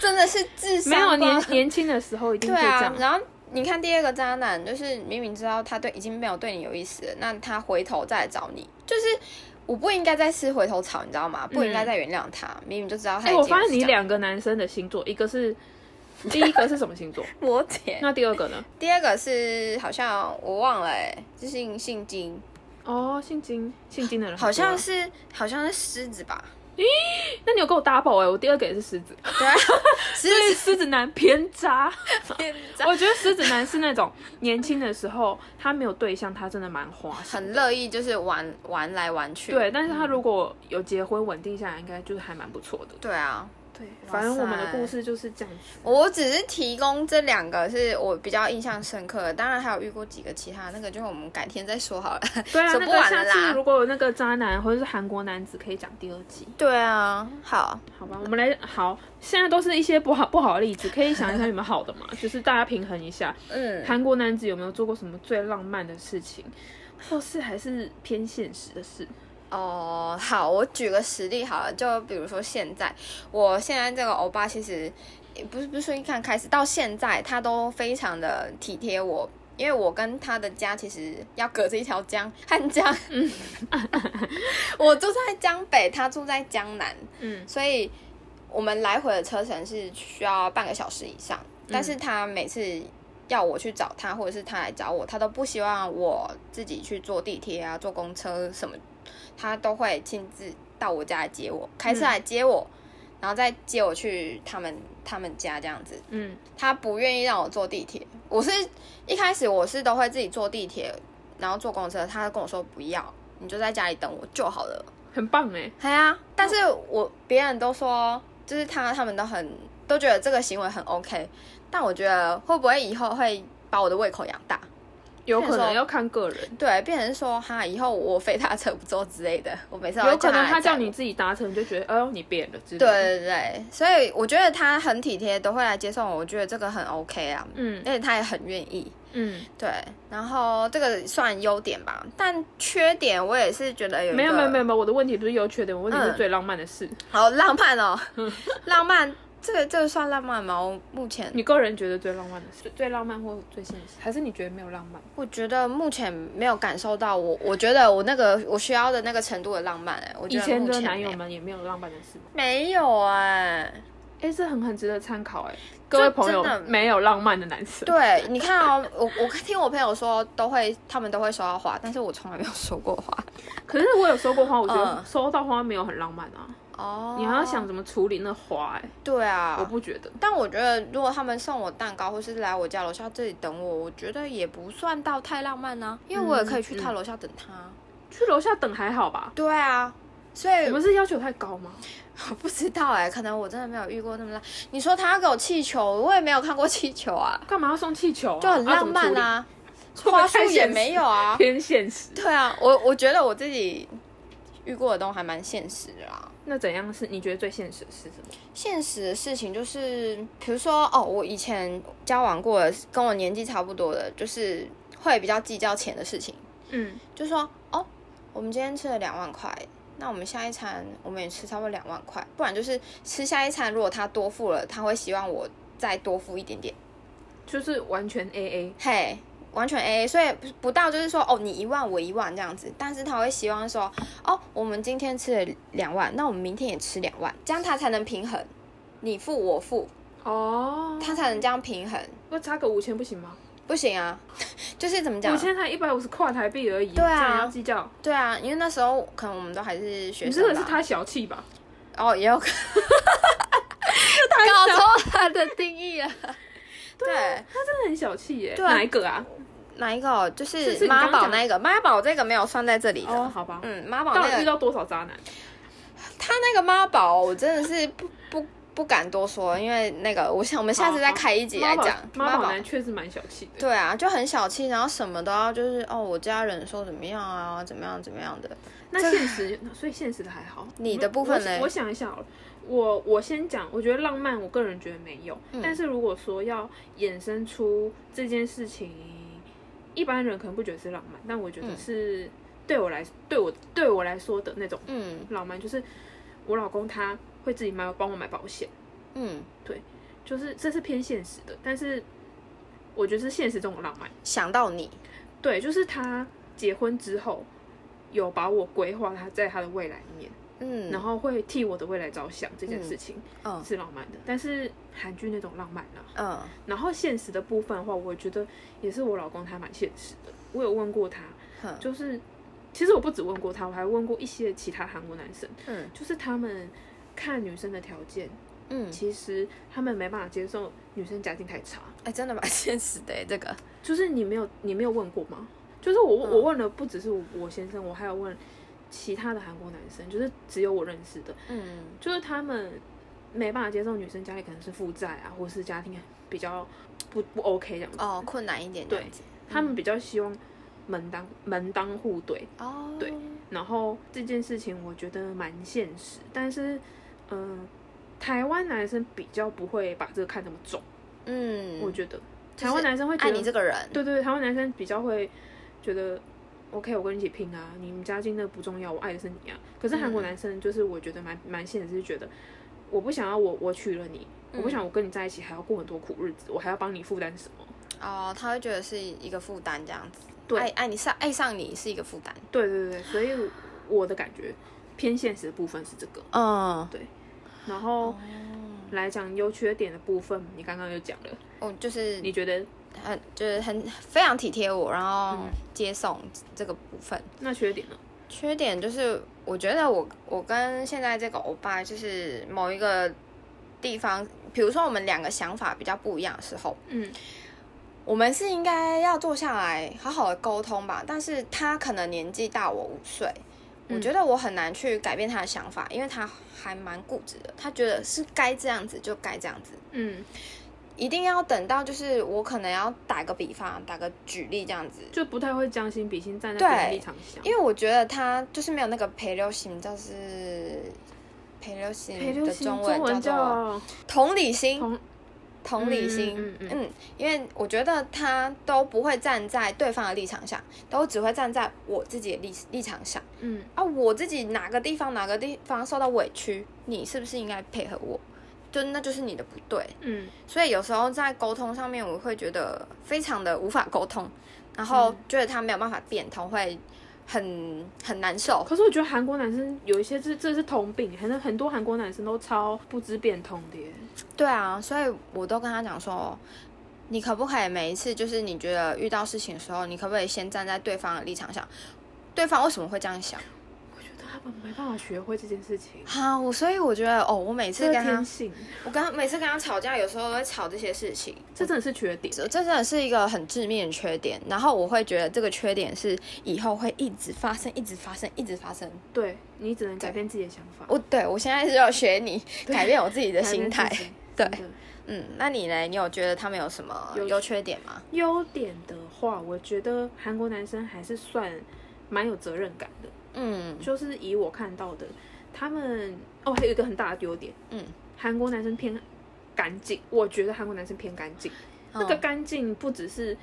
A: 真的是智商
B: 没有
A: 吧
B: 年年轻的时候一定
A: 对
B: 会这
A: 啊
B: 样，，
A: 然后你看第二个渣男，就是明明知道他对已经没有对你有意思了，那他回头再来找你，就是我不应该再吃回头草，你知道吗？不应该再原谅他，明明就知道他
B: 嗯哎、
A: 已经
B: 我
A: 有这样。
B: 发现你两个男生的星座，一个是第一个是什 么星座？
A: 摩羯，
B: 那第二个呢？
A: 第二个是好像我忘了、欸，哎，是姓姓金，
B: 哦，姓金，姓金的人很多啊
A: 好像。是好像是狮子吧？
B: 那你有跟我 double 哎、我第二个也是狮子，
A: 对啊，狮
B: 所以狮子男偏 渣。
A: 子
B: 我觉得狮子男是那种年轻的时候他没有对象，他真的蛮花 心。
A: 很乐意就是玩玩来玩去。
B: 对，但是他如果有结婚稳定下来，应该就是还蛮不错的。
A: 对啊，
B: 对，
A: 哇
B: 反正我们的
A: 塞
B: 故事就是这样子。
A: 我只是提供这两个是我比较印象深刻的，当然还有遇过几个其他，那个就我们改天再说好了。
B: 对啊，
A: 说不
B: 那个
A: 完
B: 下
A: 了
B: 次
A: 啦
B: 如果有那个渣男或者是韩国男子，可以讲第二集，
A: 对啊，好，
B: 好吧？我们来好，现在都是一些不好不好的例子，可以想一想有没有好 的嘛？就是大家平衡一下，
A: 嗯，
B: 韩国男子有没有做过什么最浪漫的事情，或是还是偏现实的事？
A: 哦，好，我举个实例好了，就比如说现在，我现在这个欧巴其实也不是不是说一看开始到现在，他都非常的体贴我。因为我跟他的家其实要隔着一条江，汉江， 我住在江北，他住在江南，
B: 嗯，
A: 所以我们来回的车程是需要半个小时以上。但是他每次要我去找他，或者是他来找我，他都不希望我自己去坐地铁啊、坐公车什么，他都会亲自到我家来接我，开车来接我，然后再接我去他们他们家这样子。
B: 嗯，
A: 他不愿意让我坐地铁。我是一开始我是都会自己坐地铁，然后坐公车，他跟我说不要，你就在家里等我就好了。
B: 很棒哎、
A: 对啊，但是我别人都说，就是他他们都很都觉得这个行为很 OK，但我觉得会不会以后会把我的胃口养大？
B: 有可
A: 变
B: 能
A: 瘦
B: 要看个人，
A: 对，啊变成说哈，以后我非他车不坐之类的，我每次都会
B: 有可能
A: 来
B: 他
A: 载
B: 叫
A: 我
B: 你自己达成，你就觉得哎呦你变了之类
A: 对
B: 的。
A: 对对，所以我觉得他很体贴，都会来接送我，我觉得这个很 OK 啊，
B: 嗯
A: 而且他也很愿意。
B: 嗯，
A: 对，然后这个算优点吧，但缺点我也是觉得有一
B: 没有
A: 个
B: 没有没有没有，我的问题不是优缺点，我问题是
A: 嗯
B: 最浪漫的事。
A: 好浪漫 哦，浪漫，这个这个算浪漫吗？我目前
B: 你个人觉得最浪漫的事，最浪漫或最现实，还是你觉得没有浪漫？
A: 我觉得目前没有感受到我，我觉得我那个我需要的那个程度的浪漫、哎，我觉
B: 以
A: 得
B: 前
A: 目
B: 的
A: 前
B: 男友
A: 没有
B: 们也没有浪漫的事吗？
A: 没有哎、
B: 哎，这很很值得参考哎，各位朋友
A: 真的
B: 没有浪漫的男生，
A: 对，你看哦，我我听我朋友说都会，他们都会收到花，但是我从来没有收过花。
B: 可是我有收过花，我觉得
A: 嗯
B: 收到花没有很浪漫啊，
A: 哦
B: 你还要想怎么处理那花哎，
A: 对
B: 我
A: 啊，
B: 不觉得。
A: 但我觉得如果他们送我蛋糕，或是来我家楼下这里等我，我觉得也不算到太浪漫呢、因为我也可以去
B: 嗯
A: 他楼下等他。
B: 去楼下等还好吧？
A: 对啊，所以
B: 我们是要求太高吗？
A: 我不知道哎、可能我真的没有遇过那么浪。你说他要给我气球，我也没有看过气球啊。
B: 干嘛要送气球啊？
A: 就很浪漫
B: 啊
A: 啊，
B: 怎 么处理，
A: 花束也没有 啊。
B: 偏现实。
A: 对啊，我我觉得我自己遇过的都还蛮现实的啦。
B: 那怎样是你觉得最现实的是什么？
A: 现实的事情就是，比如说哦，我以前交往过的跟我年纪差不多的，就是会比较计较钱的事情，
B: 嗯，
A: 就说哦，我们今天吃了两万块。那我们下一餐我们也吃差不多两万块，不然就是吃下一餐，如果他多付了，他会希望我再多付一点点。
B: 就是完全 A A。
A: 嘿，完全 A A，所以不不到就是说哦，你一万我一万这样子，但是他会希望说哦，我们今天吃了两万，那我们明天也吃两万，这样他才能平衡，你付我付，
B: 哦，
A: 他才能这样平衡。
B: 那差个五千不行吗？
A: 不行啊， 就是怎么讲
B: 五？千才一百五十块台币而已，
A: 对啊
B: 这样要计较。
A: 对啊，因为那时候可能我们都还是学
B: 你
A: 生
B: 这个是
A: 吧
B: 他小气吧？
A: 哦，也有可能 搞错他的定义 了。对，
B: 真的很小气耶。
A: 对啊
B: 哪一个啊？
A: 哪一个哦？就是
B: 是
A: 是
B: 你刚
A: 妈
B: 刚
A: 宝
B: 讲
A: 那个，妈宝这个没有算在这里的。
B: 哦，好吧。
A: 嗯，妈宝
B: 到
A: 那
B: 底
A: 个
B: 遇到多少渣男？
A: 他那个妈宝，我真的是不不不敢多说，因为那个，我想我们下次再开一集来讲
B: 妈宝
A: 宝。
B: 男确实蛮小气的。
A: 对啊，就很小气，然后什么都要就是哦，我家人说怎么样啊，怎么样怎么样的。
B: 那现实，所以现实的还好。
A: 你的部分嘞
B: 我我想一下好了。我我先讲，我觉得浪漫，我个人觉得没有。
A: 嗯
B: 但是如果说要衍生出这件事情，一般人可能不觉得是浪漫，但我觉
A: 嗯
B: 得是对我来，对我对我来说的那种
A: 嗯
B: 浪漫，就是我老公他会自己买帮我买保险，
A: 嗯，
B: 就是这是偏现实的，但是我觉得是现实中的浪漫。
A: 想到你，
B: 对，就是他结婚之后，有把我规划他在他的未来里面，
A: 嗯，
B: 然后会替我的未来着想这件事情、
A: 嗯
B: 是浪漫的。但是韩剧那种浪漫啊，
A: 嗯
B: 然后现实的部分的话，我觉得也是我老公他蛮现实的。我有问过他，
A: 哼
B: 就是其实我不只问过他，我还问过一些其他韩国男生，
A: 嗯
B: 就是他们看女生的条件，
A: 嗯，
B: 其实他们没办法接受女生家境太差。
A: 哎，真的蛮 现实的耶欸这个，
B: 就是你没有你没有问过吗？就是我
A: 嗯
B: 问我问了，不只是我我先生，我还有问其他的韩国男生，就是只有我认识的，
A: 嗯
B: 就是他们没办法接受女生家里可能是负债啊，或是家庭比较不不 OK 这样子，
A: 哦，困难一点嗯这样子，
B: 他们比较希望门当门当户对，
A: 哦，
B: 对然后这件事情我觉得蛮现实，但是嗯、呃台湾男生比较不会把这个看那么重，
A: 嗯，
B: 我觉得
A: 就是
B: 台湾男生会觉
A: 爱
B: 得
A: 你这个人，
B: 对对对，台湾男生比较会觉得，OK，我跟你一起拼啊，你们家境那不重要，我爱的是你啊。可是韩国
A: 嗯
B: 男生就是我觉得蛮蛮现实，是觉得我不想要我我娶了你，
A: 嗯
B: 我不想我跟你在一起还要过很多苦日子，我还要帮你负担什么？
A: 哦，他会觉得是一个负担这样子，
B: 对
A: 爱爱你上爱上你是一个负担，
B: 对对对，所以我的感觉偏现实的部分是这个，
A: 嗯，
B: 然后。
A: 哦
B: 来讲优缺点的部分，你刚刚有讲了，
A: 我哦就是
B: 你觉得
A: 很就是很非常体贴我，然后
B: 嗯
A: 接送这个部分。
B: 那缺点呢？
A: 缺点就是，我觉得我我跟现在这个欧巴就是某一个地方，比如说我们两个想法比较不一样的时候，
B: 嗯
A: 我们是应该要坐下来好好的沟通吧。但是他可能年纪大我五岁，我
B: 嗯
A: 觉得我很难去改变他的想法，因为他还蛮固执的，他觉得是该这样子就该这样子，
B: 嗯，
A: 一定要等到就是我可能要打个比方，打个举例这样子，
B: 就不太会将心比心，站在别人
A: 对
B: 立场想。
A: 因为我觉得他就是没有那个陪流行，就是陪流
B: 陪
A: 行
B: 流
A: 的
B: 行
A: 中文做
B: 叫
A: 同理心，
B: 同
A: 同理心。
B: 嗯嗯嗯
A: 嗯因为我觉得他都不会站在对方的立场上，都只会站在我自己的立立场上
B: 嗯，
A: 啊。我自己哪个地方哪个地方受到委屈，你是不是应该配合我？就那就是你的不对。
B: 嗯，
A: 所以有时候在沟通上面，我会觉得非常的无法沟通，然
B: 嗯
A: 后觉得他没有办法变通，会很很难受。
B: 哦可是我觉得韩国男生有一些这这是通病，很很多韩国男生都超不知变通的耶。
A: 对啊，所以我都跟他讲说，你可不可以每一次就是你觉得遇到事情的时候，你可不可以先站在对方的立场想，对方为什么会这样想？
B: 我觉得他们没办法学会这件事情，
A: 哈，我所以我觉得哦，我每次
B: 这
A: 跟
B: 是天
A: 他，
B: 性，
A: 我跟他每次跟他吵架，有时候都会吵这些事情，
B: 这真的是缺点。
A: 这这真的是一个很致命的缺点。然后我会觉得这个缺点是以后会一直发生，一直发生，一直发生。
B: 对你只能改变自己的想法，
A: 我对我现在是要学你
B: 对
A: 改变我自己的
B: 改变
A: 心态
B: 自。己
A: 对，
B: 真的
A: 嗯，那你呢？你有觉得他们有什么
B: 有
A: 优缺点吗？
B: 优点的话，我觉得韩国男生还是算蛮有责任感的，
A: 嗯
B: 就是以我看到的，他们哦，还有一个很大的优点，
A: 嗯，
B: 韩国男生偏干净，我觉得韩国男生偏干净。那个
A: 嗯
B: 干净不只是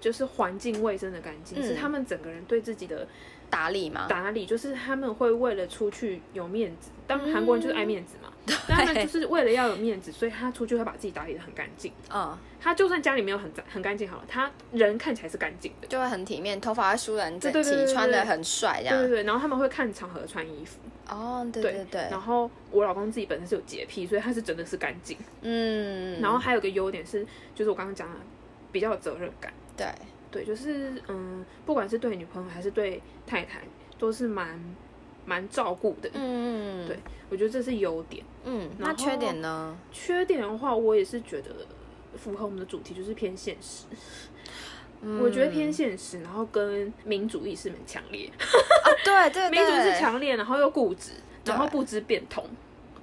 B: 就是环境卫生的干净，
A: 嗯
B: 是他们整个人对自己的
A: 打理吗？
B: 打理，就是他们会为了出去有面子，当然韩国人就是
A: 嗯
B: 爱面子嘛，但他们就是为了要有面子，所以他出去会把自己打理的很干净。
A: 嗯，
B: 他就算家里没有很脏很干净好了，他人看起来是干净的。
A: 就会很体面，头发会梳得很整
B: 对对对
A: 齐，
B: 对
A: 穿得很帅这
B: 对对
A: 样。
B: 对，然后他们会看场合穿衣服，
A: 哦，对对对
B: 然，后我老公自己本身是有洁癖，所以他是真的是干净。
A: 嗯，
B: 然后还有个优点是，就是我刚刚讲的，比较有责任感。
A: 对，
B: 对，就是嗯，不管是对女朋友还是对太太，都是蛮蛮照顾的。
A: 嗯
B: 对我觉得这是优点。
A: 嗯，那
B: 然后
A: 缺点呢？
B: 缺点的话，我也是觉得符合我们的主题，就是偏现实。
A: 嗯
B: 我觉得偏现实，然后跟民主意识很强烈，
A: 哦，对对对，
B: 民主意识强烈，然后又固执，然后
A: 对
B: 不知变通。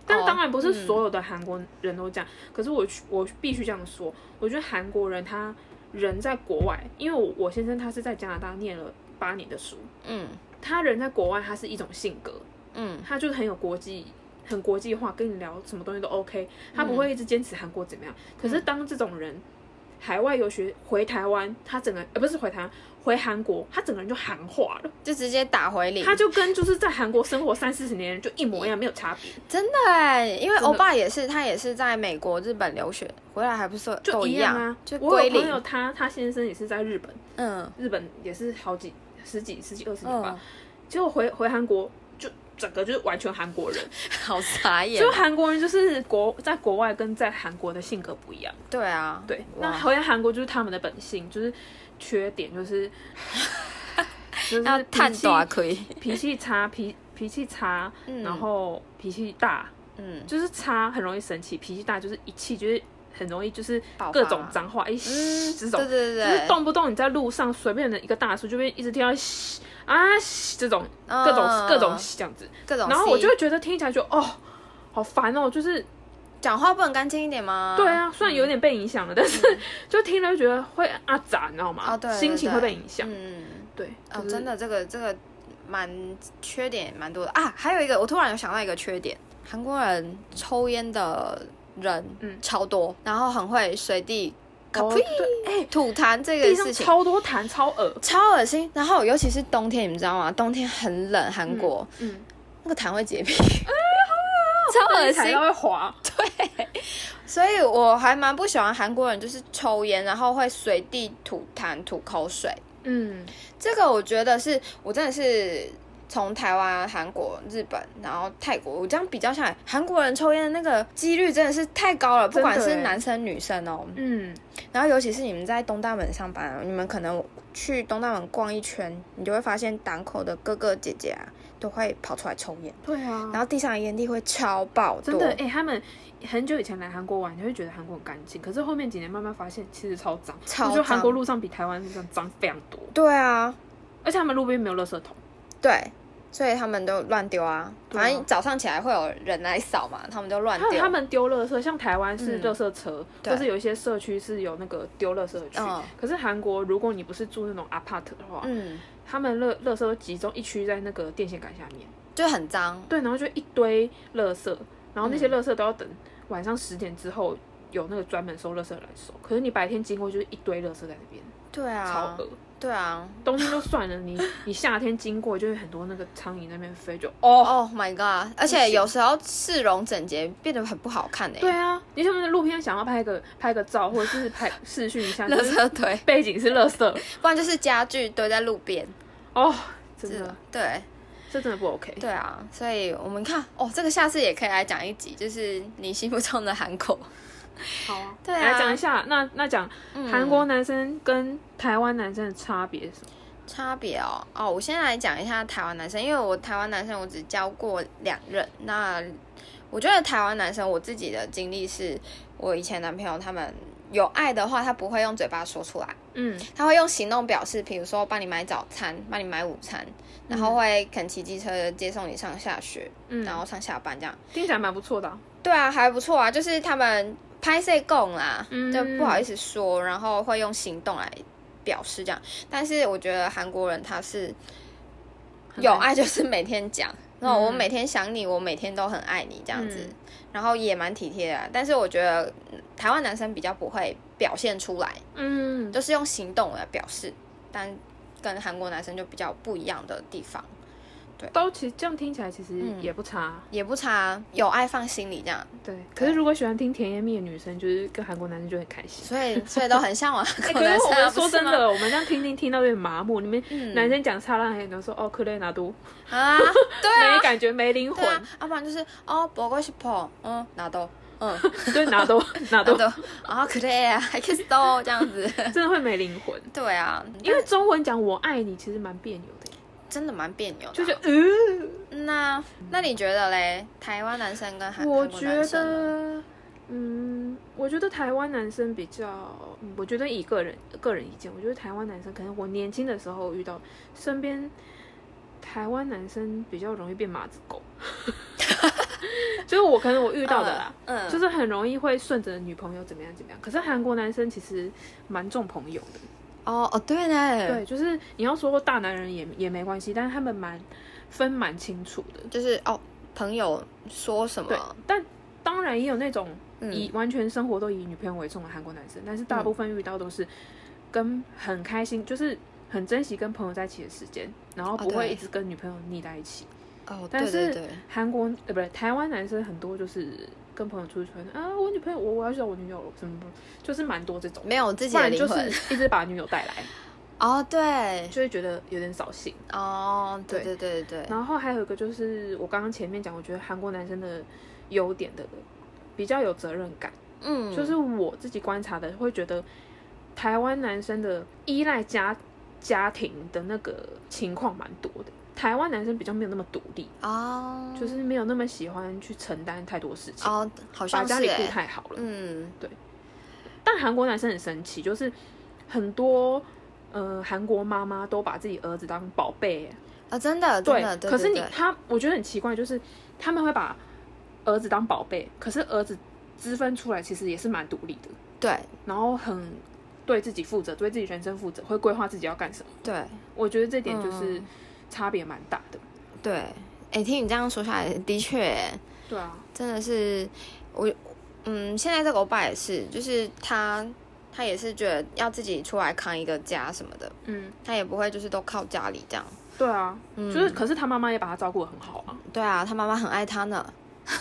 B: 但
A: 哦
B: 当然不是
A: 嗯
B: 所有的韩国人都这样，可是我去我必须这样说，我觉得韩国人他人在国外，因为我我先生他是在加拿大念了八年的书，
A: 嗯
B: 他人在国外，他是一种性格，
A: 嗯
B: 他就是很有国际、很国际化，跟你聊什么东西都 OK，他
A: 嗯
B: 不会一直坚持韩国怎么样。可是当这种人海外游学回台湾，他整个呃不是回台湾，回韩国，他整个人就韩化了，
A: 就直接打回零。
B: 他就跟就是在韩国生活三四十年的人就一模一样，没有差别，
A: 真的哎，因为
B: 真的
A: 欧巴也是，他也是在美国、日本留学回来，还不是
B: 就
A: 都
B: 一
A: 样
B: 啊。
A: 就
B: 我
A: 归
B: 有朋友
A: 零。
B: 他他先生也是在日本，
A: 嗯
B: 日本也是好几十几十几二十年吧，
A: 嗯
B: 结果回回韩国就整个就是完全韩国人，
A: 嗯 好傻眼
B: 就。韩国人就是国在国外跟在韩国的性格不一样。
A: 对啊，
B: 对，
A: 哇
B: 那回来韩国就是他们的本性，就是缺点就是 就是
A: 要
B: 脾
A: 探
B: 气
A: 短可以，
B: 脾气差，脾脾气差，
A: 嗯
B: 然后脾气大，
A: 嗯，
B: 就是差很容易生气，脾气大就是一气就是很容易就是
A: 爆发
B: 各种脏话，哎、嘘这
A: 嗯，
B: 种
A: 对。对
B: 就
A: 对，
B: 是动不动你在路上随便的一个大叔就会一直听到嘘啊嘘这种各种、
A: 嗯
B: 各种嘘这样子，
A: 各种 C，
B: 然后我就会觉得听起来就哦好烦哦，就是
A: 讲话不能干净一点吗？
B: 对，啊，虽然有点被影响了，但是 就听了就觉得会啊咋，你知道吗？
A: 嗯哦对对
B: 心情会
A: 对
B: 被影响。
A: 嗯，
B: 对，
A: 哦，
B: 就是
A: 真的，这个这个蛮缺点蛮多的啊。还有一个，我突然有想到一个缺点，韩国人抽烟的人
B: 嗯
A: 超多，然后很会随地卡
B: 哦
A: 呸
B: 对哎，
A: 吐痰这
B: 地
A: 个
B: 上
A: 事情。
B: 超多痰，超恶。
A: 超恶心，然后尤其是冬天，你们知道吗？冬天很冷，韩国、
B: 嗯，哎
A: 那个痰会 结冰，超恶
B: 哦踩
A: 心
B: 到。会滑。
A: 所以我还蛮不喜欢韩国人，就是抽烟，然后会随地吐痰、吐口水。
B: 嗯，
A: 这个我觉得是我真的是从台湾、韩国、日本，然后泰国，我这样比较下来，韩国人抽烟的那个几率真的是太高了，不管
B: 真
A: 是
B: 的欸
A: 男生女生哦。
B: 嗯，
A: 然后尤其是你们在东大门上班，你们可能去东大门逛一圈，你就会发现档口的哥哥姐姐啊都会跑出来抽烟，
B: 对啊，
A: 然后地上的烟蒂会超爆多
B: 真的，哎、他们很久以前来韩国玩，你会觉得韩国很干净，可是后面几年慢慢发现其实超脏。
A: 超
B: 欸我觉得韩
A: 脏
B: 国路上比台湾路上脏非常多，
A: 对啊，
B: 而且他们路边没有垃圾桶。
A: 对。所以他们都乱丢啊，
B: 对啊
A: 反正早上起来会有人来扫嘛，他们就乱
B: 还有
A: 丢。
B: 他们丢垃圾，像台湾是垃圾车，
A: 嗯对
B: 或是有一些社区是有那个丢垃圾的区。
A: 嗯
B: 可是韩国，如果你不是住那种 apart 的话，
A: 嗯，
B: 他们垃垃圾都集中一区在那个电线杆下面，
A: 就很脏，
B: 对，然后就一堆垃圾，然后那些垃圾都要等晚上十点之后有那个专门收垃圾的来收。可是你白天经过就是一堆垃圾在那边，
A: 对
B: 超
A: 啊，
B: 恶。
A: 对啊。
B: 冬天就算了，你你夏天经过就会很多那个苍蝇那边飞，就哦。
A: Oh my god！而且有时候市容整洁变得很不好看哎、
B: 对啊，你想不想路边想要拍个拍个照，或者是拍视讯一 下，
A: 垃
B: 就是
A: 圾堆，
B: 背景是垃圾
A: 不然就是家具堆在路边。
B: 哦，真
A: 是啊
B: 的，
A: 对
B: 这真的不 OK。
A: 对啊，所以我们看哦，这个下次也可以来讲一集，就是你心目中的韩国。
B: 好啊，
A: 对啊
B: 来讲一下，那那讲
A: 嗯
B: 韩国男生跟台湾男生的差别是什么？
A: 差别哦哦，我先来讲一下台湾男生，因为我台湾男生我只教过两任。那我觉得台湾男生我自己的经历是，我以前男朋友他们有爱的话，他不会用嘴巴说出来，
B: 嗯
A: 他会用行动表示，比如说帮你买早餐，帮你买午餐，然后会肯骑机车接送你上下学，
B: 嗯，
A: 然后上下班这样。
B: 听起来蛮不错的啊、
A: 对啊，还不错啊，就是他们拍摄供啦，
B: 嗯
A: 就不好意思说，然后会用行动来表示这样。但是我觉得韩国人他是
B: 很
A: 有
B: 感
A: 爱，就是每天讲。那
B: 嗯
A: 我每天想你，我每天都很爱你这样子，
B: 嗯
A: 然后也蛮体贴的啊、但是我觉得嗯台湾男生比较不会表现出来，
B: 嗯，
A: 就是用行动来表示，但跟韩国男生就比较不一样的地方，
B: 都其实这样听起来其实
A: 嗯
B: 也不差啊、
A: 也不差，有爱放心里这样，
B: 对，可是如果喜欢听甜言蜜语的女生，就是跟韩国男生就很开心。
A: 所以所以都很向往韩
B: 哎
A: 国
B: 可
A: 男
B: 是我
A: 生、啊
B: 们
A: 不
B: 说真
A: 吗
B: 的，我们这样听听听到有点麻木。你们
A: 嗯
B: 男生讲差烂黑，你都说哦克雷拿都
A: 啊，对啊，
B: 没感觉，没灵
A: 对啊
B: 魂，，
A: 要不然就是哦，보고싶어，嗯，哪都， 嗯，
B: 对拿都啊拿
A: 哪
B: 都
A: 都，啊，그래，I kiss do 这样子，
B: 真的会没灵魂。
A: 对啊，
B: 因为中文讲我爱你其实蛮别扭的，
A: 真的蛮别扭的啊，
B: 就是嗯。
A: 那那你觉得嘞？台湾男生跟韩
B: 我
A: 韩国
B: 觉
A: 男生呢
B: 得，嗯，我觉得台湾男生比较，嗯我觉得以个人个人意见，我觉得台湾男生可能我年轻的时候遇到身边台湾男生比较容易变马子狗， 就是我可能我遇到的啦。
A: 嗯，嗯，
B: 就是很容易会顺着女朋友怎么样怎么样，可是韩国男生其实蛮重朋友的，
A: 哦哦，对呢，
B: 对，就是你要说大男人也也没关系，但是他们蛮分蛮清楚的，
A: 就是哦，朋友说什
B: 对
A: 么，，
B: 但当然也有那种
A: 嗯
B: 以完全生活都以女朋友为重的韩国男生，但是大部分遇到都是跟很开心，就是很珍惜跟朋友在一起的时间，然后不
A: 哦
B: 会
A: 对
B: 一直跟女朋友腻在一起。
A: 哦，
B: 但
A: 对对
B: 是
A: 对，
B: 韩国呃不是台湾男生很多就是跟朋友出去玩啊，我女朋友我我要去找我女友了，什么什么就是蛮多这种，
A: 没有自己
B: 不
A: 的
B: 然
A: 灵
B: 就
A: 魂
B: 是一直把女友带来。
A: 哦，对，
B: 就会觉得 有点扫兴。
A: 哦，对对对对对，
B: 然后还有一个就是我刚刚前面讲，我觉得韩国男生的优点的比较有责任感，
A: 嗯，
B: 就是我自己观察的会觉得台湾男生的依赖家家庭的那个情况蛮多的，台湾男生比较没有那么独立，
A: 哦，
B: 就是没有那么喜欢去承担太多事情，
A: 哦，好
B: 把
A: 像
B: 家
A: 是
B: 里
A: 哎、
B: 顾太好了。
A: 嗯，
B: 但韩国男生很神奇，就是很多。呃，韩国妈妈都把自己儿子当宝贝，
A: 啊，真的真
B: 对
A: 的，，对
B: 可是
A: 对
B: 你
A: 对
B: 他，我觉得很奇怪，就是他们会把儿子当宝贝，可是儿子支分出来其实也是蛮独立的，
A: 对
B: 然后很对自己负责，对自己人生负责，会规划自己要干什么。
A: 对
B: 我觉得这点就是
A: 嗯
B: 差别蛮大的。
A: 对，哎、听你这样说下来，的确、
B: 对啊，
A: 真的是我，嗯，现在这个欧巴也是，就是他，他也是觉得要自己出来扛一个家什么的，
B: 嗯，
A: 他也不会就是都靠家里这样。
B: 对啊，
A: 嗯，
B: 就是可是他妈妈也把他照顾的很好啊。
A: 对啊，他妈妈很爱他呢。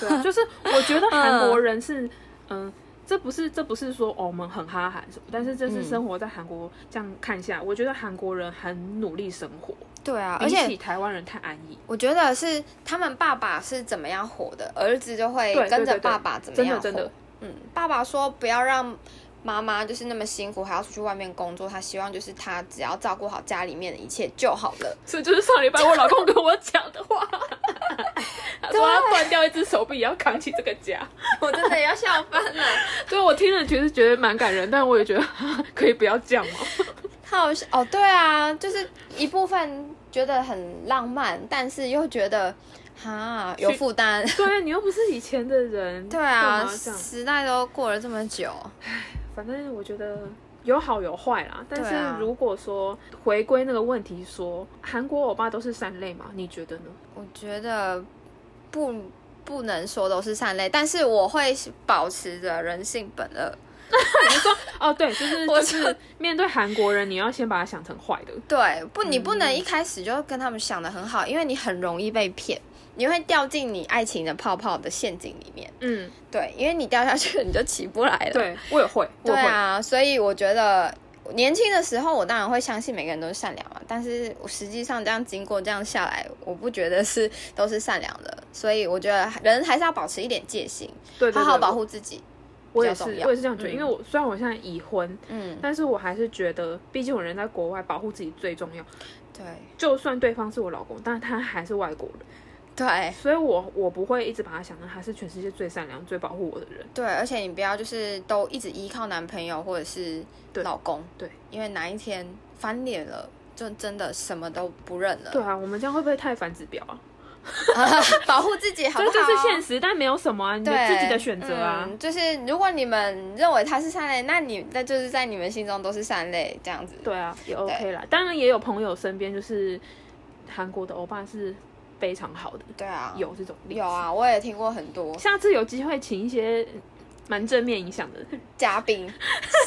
B: 对啊， 就是我觉得韩国人是，嗯。这不是这不是说、哦、我们很哈韩什么，但是这是
A: 嗯
B: 生活在韩国、这样看下来，我觉得韩国人很努力生活，
A: 对啊，而
B: 比
A: 且
B: 起台湾人太安逸。
A: 我觉得是他们爸爸是怎么样活的，儿子就会
B: 对对
A: 跟着
B: 对对
A: 爸爸怎么
B: 真的
A: 样活。
B: 真的，
A: 嗯，爸爸说不要让妈妈就是那么辛苦，还要出去外面工作，他希望就是他只要照顾好家里面的一切就好 了。
B: 这就是上礼拜我老公跟我讲的 话。他说他断掉一只手臂也要扛起这个家，
A: 我真的要笑翻了。
B: 对我听了其实觉得蛮感人，但我也觉得可以不要这样嘛。
A: 他好像哦，对啊，就是一部分觉得很浪漫，但是又觉得哈有负担。
B: 对啊你又不是以前的人，
A: 对
B: 干
A: 啊，
B: 嘛这样？
A: 时代都过了这么久，
B: 反正我觉得有好有坏啦。但
A: 对啊
B: 是如果说回归那个问题说韩国欧巴都是善类嘛，你觉得呢？
A: 我觉得不不能说都是善类，但是我会保持着人性本恶。
B: 哦，对，就是
A: 我
B: 就是面对韩国人，你要先把他想成坏的。
A: 对，不，你不能一开始就跟他们想的很好，因为你很容易被骗，你会掉进你爱情的泡泡的陷阱里面。
B: 嗯，
A: 对，因为你掉下去了你就起不来了。
B: 对我也会，我
A: 对
B: 也会。
A: 啊，所以我觉得年轻的时候，我当然会相信每个人都是善良嘛。但是我实际上这样经过这样下来，我不觉得是都是善良的。所以我觉得人还是要保持一点戒心，
B: 对对对，
A: 好好
B: 我
A: 保护自己。
B: 我也
A: 比
B: 是，
A: 较
B: 我
A: 重要
B: 也是这样觉得，
A: 嗯
B: 因为我虽然我现在已婚，
A: 嗯，
B: 但是我还是觉得，毕竟我人在国外，保护自己最重要。
A: 对
B: 就算对方是我老公，但他还是外国人，
A: 对
B: 所以我我不会一直把他想成他是全世界最善良、最保护我的人。
A: 对，而且你不要就是都一直依靠男朋友或者是
B: 对
A: 老公，
B: 对
A: 因为哪一天翻脸了，就真的什么都不认了。
B: 对啊，我们这样会不会太反指标啊？
A: 保护自己好
B: 这
A: 不好？
B: 就是现实，但没有什么啊，你的
A: 对
B: 自己的选择啊。
A: 嗯就是如果你们认为他是善类，那你那就是在你们心中都是善类这样子。
B: 对啊，也 OK 啦。当然也有朋友身边就是韩国的欧巴是非常好的，
A: 对啊，
B: 有这种例子
A: 有。啊，我也听过很多
B: 下次有机会请一些蛮正面影响的
A: 嘉 宾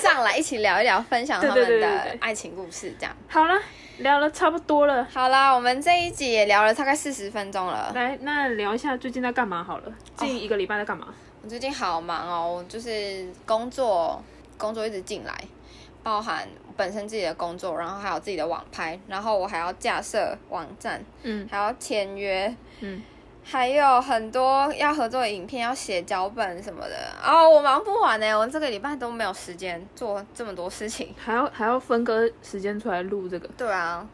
A: 上来一起聊一聊，分享他
B: 对
A: 们
B: 对对
A: 的
B: 对对
A: 爱情故事这样。
B: 好了，聊了差不多了，
A: 好啦，我们这一集也聊了大概四十分钟了。
B: 来那聊一下最近在干嘛好了。近一个礼拜在干嘛？
A: 我最近好忙哦，就是工作工作一直进来，包含本身自己的工作，然后还有自己的网拍，然后我还要架设网站，
B: 嗯
A: 还要签约，
B: 嗯，
A: 还有很多要合作的影片，要写脚本什么的。哦，我忙不完呢，我这个礼拜都没有时间做这么多事情。
B: 还要还要分割时间出来录这个，
A: 对 啊，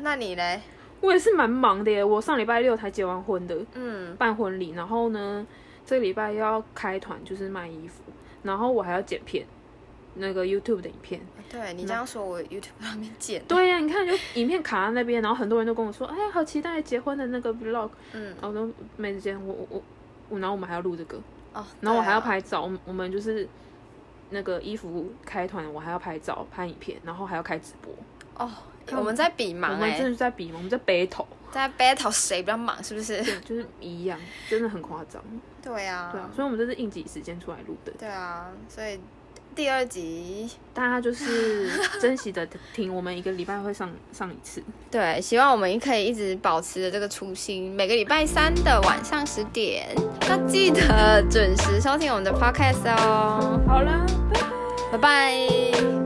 A: 那你嘞？
B: 我也是蛮忙的耶。我上礼拜六才结完婚的，
A: 嗯，
B: 办婚礼，然后呢，这个礼拜又要开团，就是卖衣服，然后我还要剪片，那个 YouTube 的影片。
A: 对你这样说，我 YouTube 上面见。
B: 啊对呀、你看就影片卡在那边，然后很多人都跟我说，哎，好期待结婚的那个 Vlog，
A: 嗯，
B: 然后都没时间，我我我我，然后我们还要录这个，
A: 哦，
B: 然后我还要
A: 对啊，
B: 拍照，我们我们就是那个衣服开团，我还要拍照、拍影片，然后还要开直播。
A: 哦，我们在比
B: 我
A: 忙
B: 们
A: 哎
B: 真，的是在比，我们在 battle，
A: 在 battle 谁比较忙，是不是？
B: 就是一样，真的很夸张。
A: 对啊，
B: 对啊，所以我们这是应急时间出来录的，
A: 对啊，所以第二集，
B: 大家就是 珍惜的听，我们一个礼拜会上上一次。
A: 对，希望我们可以一直保持着这个初心，每个礼拜三的晚上十点，要记得准时收听我们的 podcast 哦，
B: 好了，拜拜。
A: 拜拜。